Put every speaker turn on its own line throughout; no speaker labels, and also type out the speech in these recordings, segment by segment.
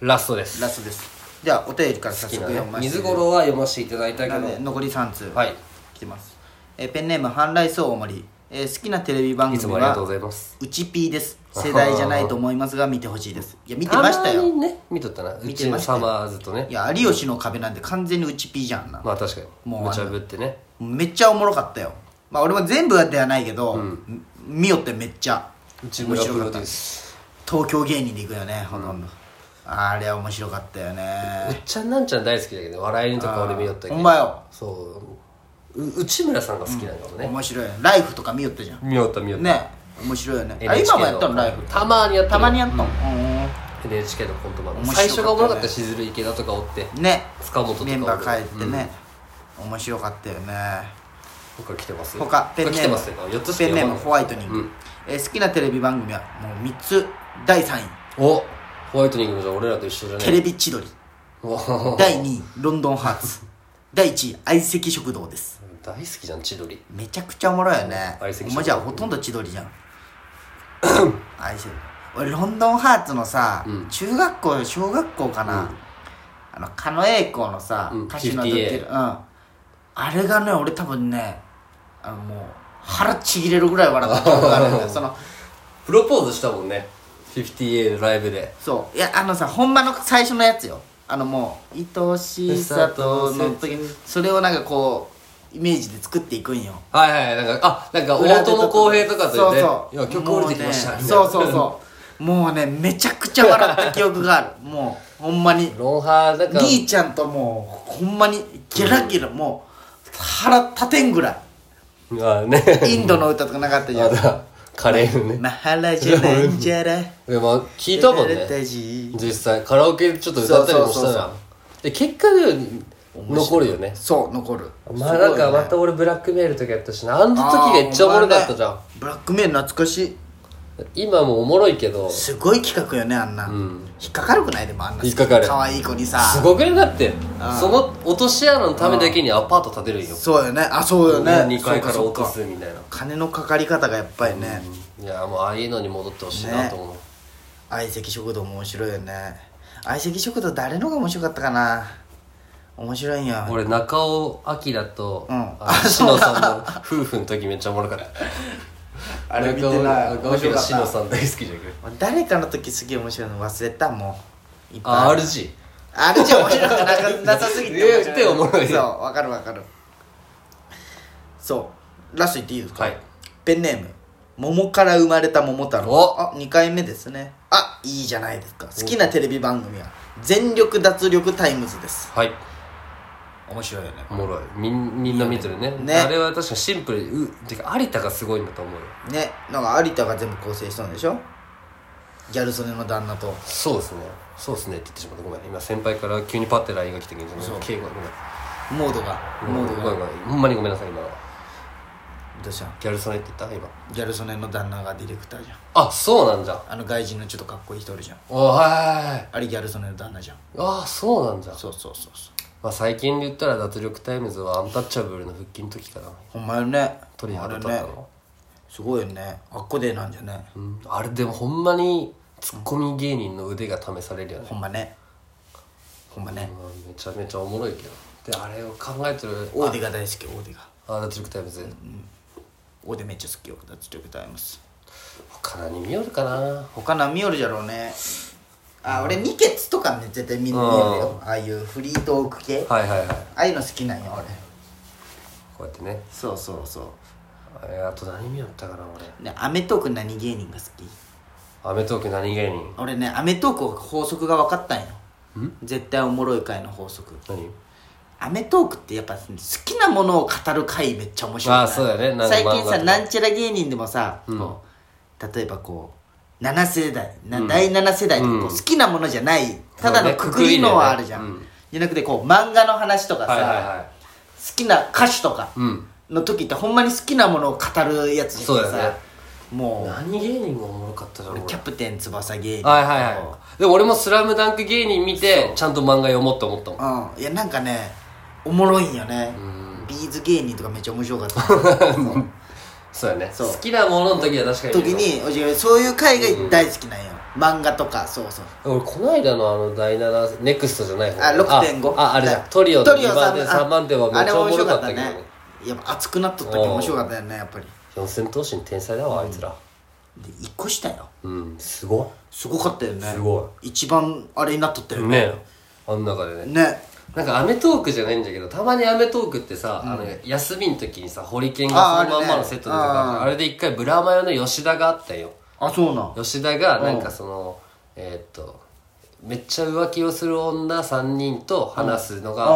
ラストです
ラストですじゃあお便りから早
好き
速
な
読
ね
ませて
水五郎は読ませていただいたけど
なので残り3通
はい
来てます、えーペンネームハンライス大森、えー好きなテレビ番
いつ
組
もありがとう
は
ございます
うちぴーです世代じゃないと思いますが見てほし いですいや見てました
たまに
よ
ね見とったなう
見
ち
て
の
ました
サ
よ
マーズとね
いや有吉の壁なんて完全にうちぴーじゃんな
まあ確かに
もう
無茶ぶってね
めっちゃおもろかったよまあ俺も全部ではないけど、み見よってめっちゃ
内
面
村
白
プ
か
ロ
っ
デ
た
ュース
東京芸人で行くよねほとんど、あれは面白かったよ
うっ
ね
ちゃんなんちゃん大好きだけど笑いにとか俺見よったけど
ほんまよ
そうう内村さんが好きなんだもんね
面白いよライフとか見よったじゃん
見よった見よった
ね面白いよねあ
NHK
今もやったのライフ
たまにやってる
たまにやったの、
NHK のコント番組
面白かったね
最初がおもろかったしずる池田とかおって
うんね
塚本とか
メンバー変えてね、面白かったよね
他来てます
他ペンネ
来
ー
て
ム
ますよ4つしか
ペンネー
読
ム
まない
ホワイトニング、
うん
えー好きなテレビ番組はもう3つ第3位
おホワイトニングのじゃあ俺らと一緒じゃね
テレビ千鳥
おー
第2位ロンドンハー ツ第1位相席食堂です
大好きじゃん千鳥
めちゃくちゃおもろいよね
相席食堂
お前じゃあほとんど千鳥 じゃん相席俺ロンドンハーツのさ、
うん
中学校小学校かな、あの狩野英孝のさ、
うん
歌手の出てる、うん、あれがね俺多分ねあのもう腹ちぎれるぐらい笑った記憶があるん だよその
プロポーズしたもんね 50A のライブで
そういやあのさほんまの最初のやつよあのもう愛しさとの時それをなんかこうイメージで作っていくんよ
はいはいなんかあなんか大友康平とかとね
そうそう
いや曲降りてきました
も
みた
うね
いな
そうそうそうもうねめちゃくちゃ笑った記憶があるもうほんまに
ロンハーなんか
兄ちゃんともうほんまにゲラゲラもう腹立てんぐら
あね
いインドの歌とかなかったじゃ
ま
ん
だカレーのね
マハラジャなんじゃら
でも聞いたもんね実際カラオケでちょっと歌ったりもし
そ
た
うそうそ
らで結果が残るよね
そう残る
まあなんかまた俺ブラックメールとかやったしなあの時がめっちゃおもろかったじゃん
ブラックメール懐かしい
今もおもろいけどす
すごい企画よねあんな、引っかかるくないでもあんな
引っかかる
可愛い子にさ
ごくねだってその落とし穴のためだけにアパート建てるんよ
そうよねあそうよね
2階から
そう
落と
かそ
す
うか
みたいな
金のかかり方がやっぱりね、
いやもうああいうのに戻ってほしいなと思う
相席食堂も面白いよね相席食堂誰のが面白かったかな面白いんよ
俺中尾明と
うん
あ の志乃さんの夫婦の時めっちゃおもろかった
あれ見てない
中尾中尾明
面
が
白
志
か
乃
った
さん大好きじゃんけど
誰かの時すげえ面白いの忘れたもういっ
あ
ぱい
RG
あれじゃ面白くなかなさすぎて面白
言っておもろい
そうわかるわかるそうラスト言っていいですか、
はい
ペンネーム桃から生まれた桃太
お
郎あ2回目ですねあいいじゃないですか好きなテレビ番組は「全力脱力タイムズ」です
はい
面白いよね
おもろいみんみんな見てるね
ね
あれは確かシンプルにうてか有田がすごいんだと思うよ
ねなんか有田が全部構成したんでしょギャル曽根の旦那と
そうですねそうですねって言ってしまったごめん今先輩から急にパッて LINE が来てくるんですよ敬語ごめん
モードがモード
ごめ
が
んごめんほんまにごめんなさい今は
どうしたん
ギャル曽根って言った今
ギャル曽根の旦那がディレクターじゃん
あそうなんじゃ
あの外人のちょっとかっこいい人おるじゃん
おいあ
あれギャル曽根の旦那じゃん
あそうなんじゃ
そうそうそうそう
まあ、最近で言ったら脱力タイムズはアンタッチャブルの復帰の時かな
ほんまよね
鳥肌立っ
あ
た
れね
の
すごいよねあっこでなんじゃね
あれ,、うん、あれでもほんまにツッコミ芸人の腕が試されるよね、
ほんまねほんまね
うんめちゃめちゃおもろいけどであれを考えてる
オーデが大好きオーデが
ああ脱力タイムズ、
オーデめっちゃ好きよ脱力タイムズ
他何見よるかな
他何見よるじゃろうねあ俺二ケツとかね絶対見る見るよああいうフリートーク系あ
はいはいはい
あいうの好きなんよ俺
こうやってね
そうそうそ
あれあと何見よったかな俺
うねアメトーク何芸人が好き
アメトーク何芸人
俺ねアメトーク法則が分かったんよ絶対おもろい回の法則
何
アメトークってやっぱ好きなものを語る回めっちゃ面白い
あーそうだねなんか
最近
漫画
さ
とか
なんちゃら芸人でもさ、こう例えばこう7世代な、第7世代とかこう
うん
好きなものじゃないただ
そう
の
ね
くくりのはあるじゃん、
くくりね
じゃなくてこう漫画の話とかさ、
はいはいは
好きな歌手とか
いうん
の時ってほんまに好きなものを語るやつじゃん
そうだね
も
何芸人がおもろかったじゃん
う
俺
キャプテン翼芸人
はいはいはいでも俺も「スラムダンク芸人見てちゃんと漫画読もうと思ったもん
うんいやなんか ねおもろいんよねビーズ芸人とかめっちゃ面白かったそう
そうやね
そう
好きなものの時は確かに
時
見る
におじがそういう回が大好きなんよ、漫画とかそうそう
わ俺この間のあの第7ネクストじゃない方
あ6.5
あああれだトリオの
トリオ
2番で
さん
3番手はめっちゃおもろかったけど
あれ面
ね
白いやっぱ熱くなっとったけど面白かったよねやっぱり
四千頭身天才だわあいつら
で1個したよ
うんすご
すごかったよね
すご
一番あれになっとった
い
よね
ねあん中でね
ね
なんか『アメトーーク』じゃないんだけどたまに『アメトーーク』ってさ、あの休みの時にさホリケン
あ
が
あ
そのまんま
あ
の
れね
セットで出たから
あ
あ
あ
れで一回ブラマヨの吉田があったよ
あそうなん
吉田がなんかその、えーっとめっちゃ浮気をする女3人と話すのが
う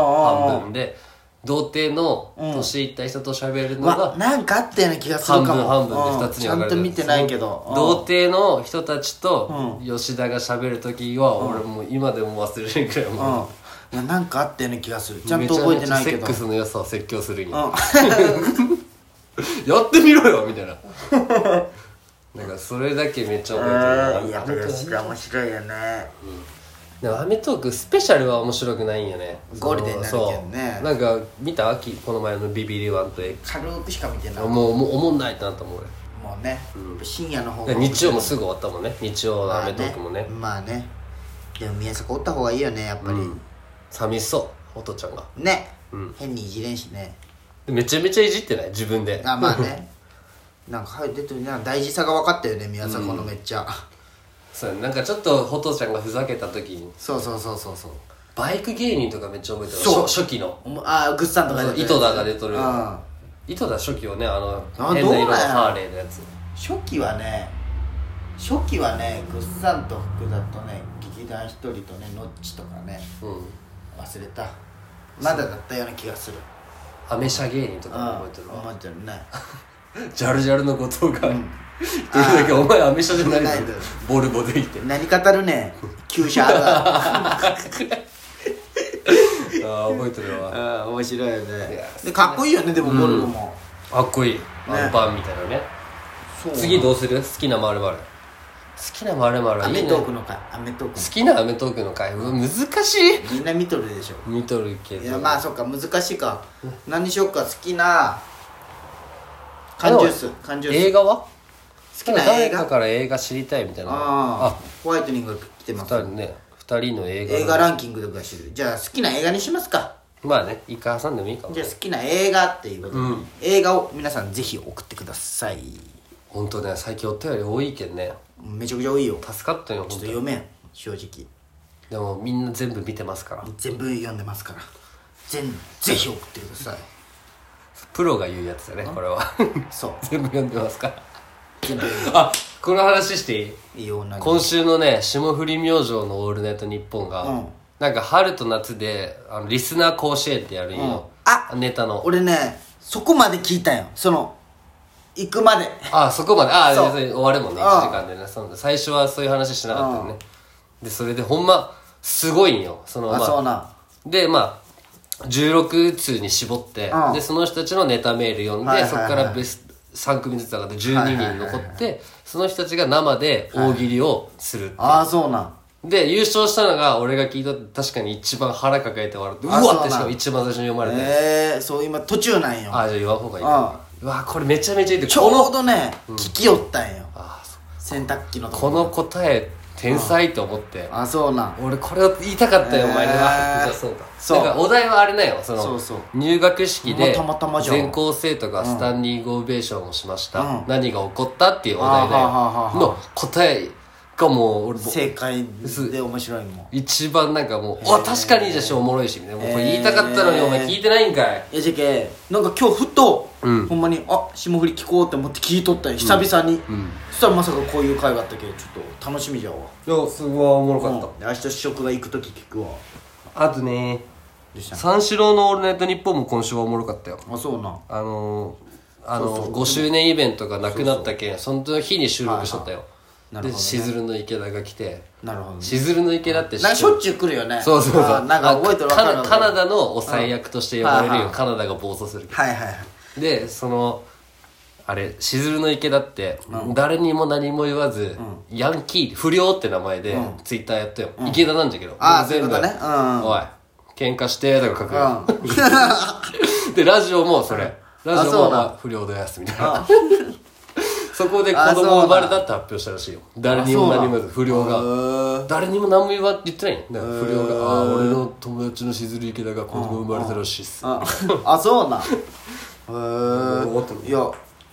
ん
半分で、童貞の年いった人と喋るのが
わなんかあったような気がす
半
る
分
かも
半分で2
うん
つに
ち
分か
ゃん
れ
と
てる
見てないけどうん
童貞の人たちと吉田が喋る時は俺もう今でも忘れるくらいもう
うんいやなんかあったような気がするちゃん
めち
と
ゃ
覚え
め
て
ちゃ
ない
セ
け
ッ
ど
クスの良さを説教するんや、
う
やってみろよみたいななんかそれだけめっちゃ覚えて
ん
る
いや
本当に
私ら面白いよね
でも『アメトーーク』スペシャルは面白くないんよね
ゴールデンになるけどね
そうなんか見た秋この前のビビリワンとエッ
軽くしか見てないも
もうもうおもんないってなったもん俺
うね深夜の方が
日曜もすぐ終わったもんね日曜の『アメトーーク』もね
まあねでも宮坂おった方がいいよねやっぱり
寂しそうお父ちゃんが
ね変にいじれんしね
でめちゃめちゃいじってない自分で
あまあねなんかはい出てるなんか大事さが分かったよね宮迫のめっちゃ、
そうなんかちょっとお父ちゃんがふざけた時に
そうそうそうそうそう
バイク芸人とかめっちゃ覚えてる
そう
初初期の
おもああグッさんとか出てる
糸田が出とる
うん
糸田初期をねあの変
あ
な色
どう
の
なんや
ハーレーのやつ
初期はね初期はねグッさんと福田とね劇団ひとりとねノッチとかね
うん
忘れたまだだったような気がする
アメ車芸人と
うん
かも覚えてるわ
覚えてるね
ジャルジャルの後藤が、言ってるだけお前アメ車じゃないぞ
ないぞ
ボルボで いて
何語るね旧車あるあ
ああ覚えてるわ
る うん面白いよ
いや
ねでかっこいいよねでもボルゴも、
かっこいいアンパンみたいなね
そう
次どうする好きなまるまる好きなまるまる
ア
いい
メ
ね
トー
好
クの回アメトークの
きなアメトークの回うわ難しい
みんな見とるでしょ
見とるけ
いや
ど
まあそっか難しいか何にしよっか好きな缶ジュース缶ジュース
映画は好き
な
な
映画
誰かから映画知りたいみたいな
ああホワイトニングが来て
あ
ま
2
す
人ね二人の映画の
映画ランキングとかしてるじゃあ好きな映画にしますか
まあね一回挟んでもいいかも
じゃあ好きな映画っていうことで、映画を皆さんぜひ送ってください
本当ね最近お便り多いけんね
めちゃくちゃ多いよちょっ
助かったよ
と
本当
読めん正直
でもみんな全部見てますから
全部読んでますから全ぜひ送ってください
プロが言うやつだねこれは
そう
全部読んでますか
全部読
あこの話していい
むいいよな
今週のね霜降り明星の「オールナイトニッポンが、
うん
なんか春と夏であのリスナー甲子園ってやるんよ、
あ
ネタの
俺ねそこまで聞いたよその行くまで
あそこまでああ
そう
終わるもんね
うん
1時間でねそう最初はそういう話しなかったよねでそれでほんますごいんよそのま
あそうな
でまあ16通に絞って、
うん
でその人たちのネタメール読んで、
はいはいはい
そこからベスト3組ずつ上がって12人残って、その人たちが生で大喜利をする、
ああそうな
で優勝したのが俺が聞いた確かに一番腹抱えて笑ってう
あそう
わ
な
っ
ん
てしかも一番最初に読まれて、
ええそう今途中なんよ
ああじゃあ言わん方がいいかうわこれめちゃめちゃいいって
ちょう
この
どね、聞きよったんよ
あそう
洗濯機のと
こ
こ
の答え天才と思って
あそうなん
俺これを言いたかったよ、
へー
お前には じゃあそうだ
そう
だからお題はあれだよその
そうそう
入学式で
たまたまじゃん
全校生徒がスタンディングオベーションをしました、
うん
何が起こったっていうお題だ
あ
よ
はははは
の答えがもう俺も
正解で面白いもん
一番なんかもう「あ確かにいいじゃしおもろいし」みたいなもうこれ言いたかったのに
へー
お前聞いてないんかい
いやじゃけなんか今日ふと、
うん
ほんまにあ霜降り聞こうって思って聞いとったんよ久々に、そしたらまさかこういう回があったけちょっと楽しみじゃわ
いやすごいおもろ
うんで明日試食が行く時聞くわど
あとね
うした
三四郎の「オールナイトニッポン」も今週はおもろかったよ
あそうなん
あのーあの5周年イベントがなくなったけんその日に収録しとったよ、
いはいなるほど
で
ね
しずるの池田が来て
なるほどね
しずるの池田って知
なんかしょっ
ち
ちゅう来るよね
そうそうそう
あなんか覚えてるわかる
あ
わ
カナ
か
カ
る
ナダのお災役として呼ばれる
はい
よ
はい
カナダが暴走するけ
はいはいはい
どでそのあれしずるの池田って誰にも何も言わず、ヤンキー不良って名前でツイッターやったよ、池田なんだけど
あー
も全部
そういうことねうん
おい喧嘩して」とか書くよ、
う ん
でラジオもそれラジオ
あそ
も
うなん
まあ不良のやつみたいな
あ
そこで子
あそうなん
供生まれたって発表したらしいよ誰にも何も言わず不良
へ
が
ー
誰にも何も言わ言ってないよだから不良
へー
が「ああー俺の友達のしずる池田が子供生まれたらしいっす」
ああそうなんへ
思ってる
えいや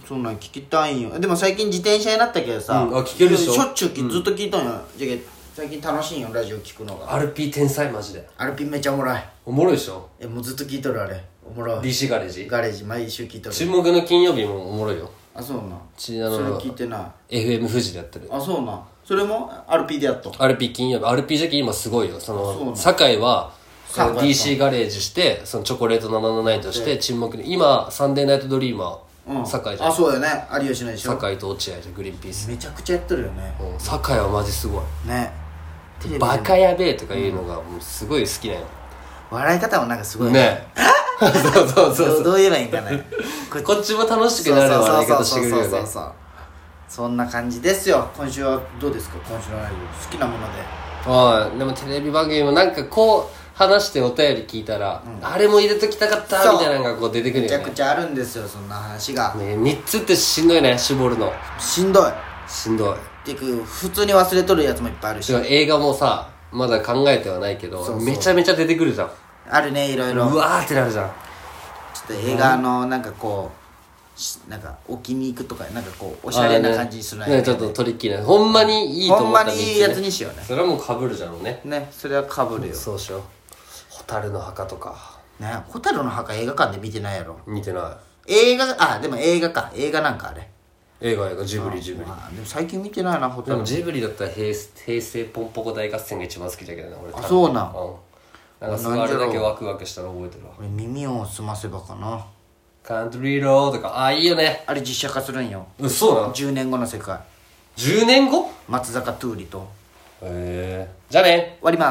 そんなん聞きたいんよでも最近自転車になったけどさ、
うんあ聞けるでしょ
っちゅうきずっと聞いとんよ、じゃけ最近楽しいんよラジオ聞くのが
RP 天才マジで
アルピンめちゃおもろい
おもろいでしょ
えもうずっと聞いとるあれおもろい
DC ガレージ
ガレージ毎週聞いとる
注目の金曜日もおもろいよ
あそうなんそ
ち
れ
なの
聞いてない
FM 富士でやってる
あそうなんそれもアルピでやっと
RP 金曜日 RP じゃけ今すごいよそ
そう
の
なの
酒井はその
酒井さ
DC ガレージしてそのチョコレート779として沈黙で今サンデーナイトドリーマ
う
ー
ん
酒井じゃ
あ
ん
そうよね有吉のでしょ
酒井と落合じゃんグリーンピース
めちゃくちゃやっとるよね
うん酒井はマジすごい
ねテレビで
バカやべえとかいうのがもうすごい好きなよ
笑い方もなんかすごい
ねえそうそうそう
どうどう言えばいいんかね こ
こっちも楽しくなる笑い方してくれるよ
そうそうそう
ね
そうそうそんな感じですよ今週はどうですか今週のライブ好きなもので
はいでもテレビ番組もなんかこう話してお便り聞いたら、あれも入れときたかった
そう
みたいなのがこう出てくる
めちゃ
よ
く
ね
ちゃあるんですよそんな話が
ね3つってしんどいね絞るの
しんどいっ
しんどい
ていうか普通に忘れとるやつもいっぱいある
し
し
かも映画もさまだ考えてはないけどめちゃめちゃ出てくるじゃん
あるねいろいろ
うわーってなるじゃん
ちょっと映画のなんかこうしなんか置きに行くとかなんかこうおしゃれな感じにする
あ
の
ーね
や
ね
つ
ちょっとトリッキーなほんまにいいと
ほ
思
ん
った
ま
ら
にいいやつにしようね
それはもうかぶるじゃんね
ねそれはかぶるよ
そうしよう蛍の墓とか
ね蛍の墓映画館で見てないやろ
見てな
映画あでも映画か映画なんかあれ
い映画映画ジブリジブリ
まあでも最近見てないな
で
蛍
もジブリだったら平平成ポンポコ大合戦が一番好きだけどね俺
あそうなん
うん、なんかすごいあれだけワクワクしたの覚えてるわ
俺耳を澄ませばかな
カントリーローとかああいいよね
あれ実写化するんよ
うんそうなの
10年後の世界
10年後
松坂桃李と
へえじゃあね
終わります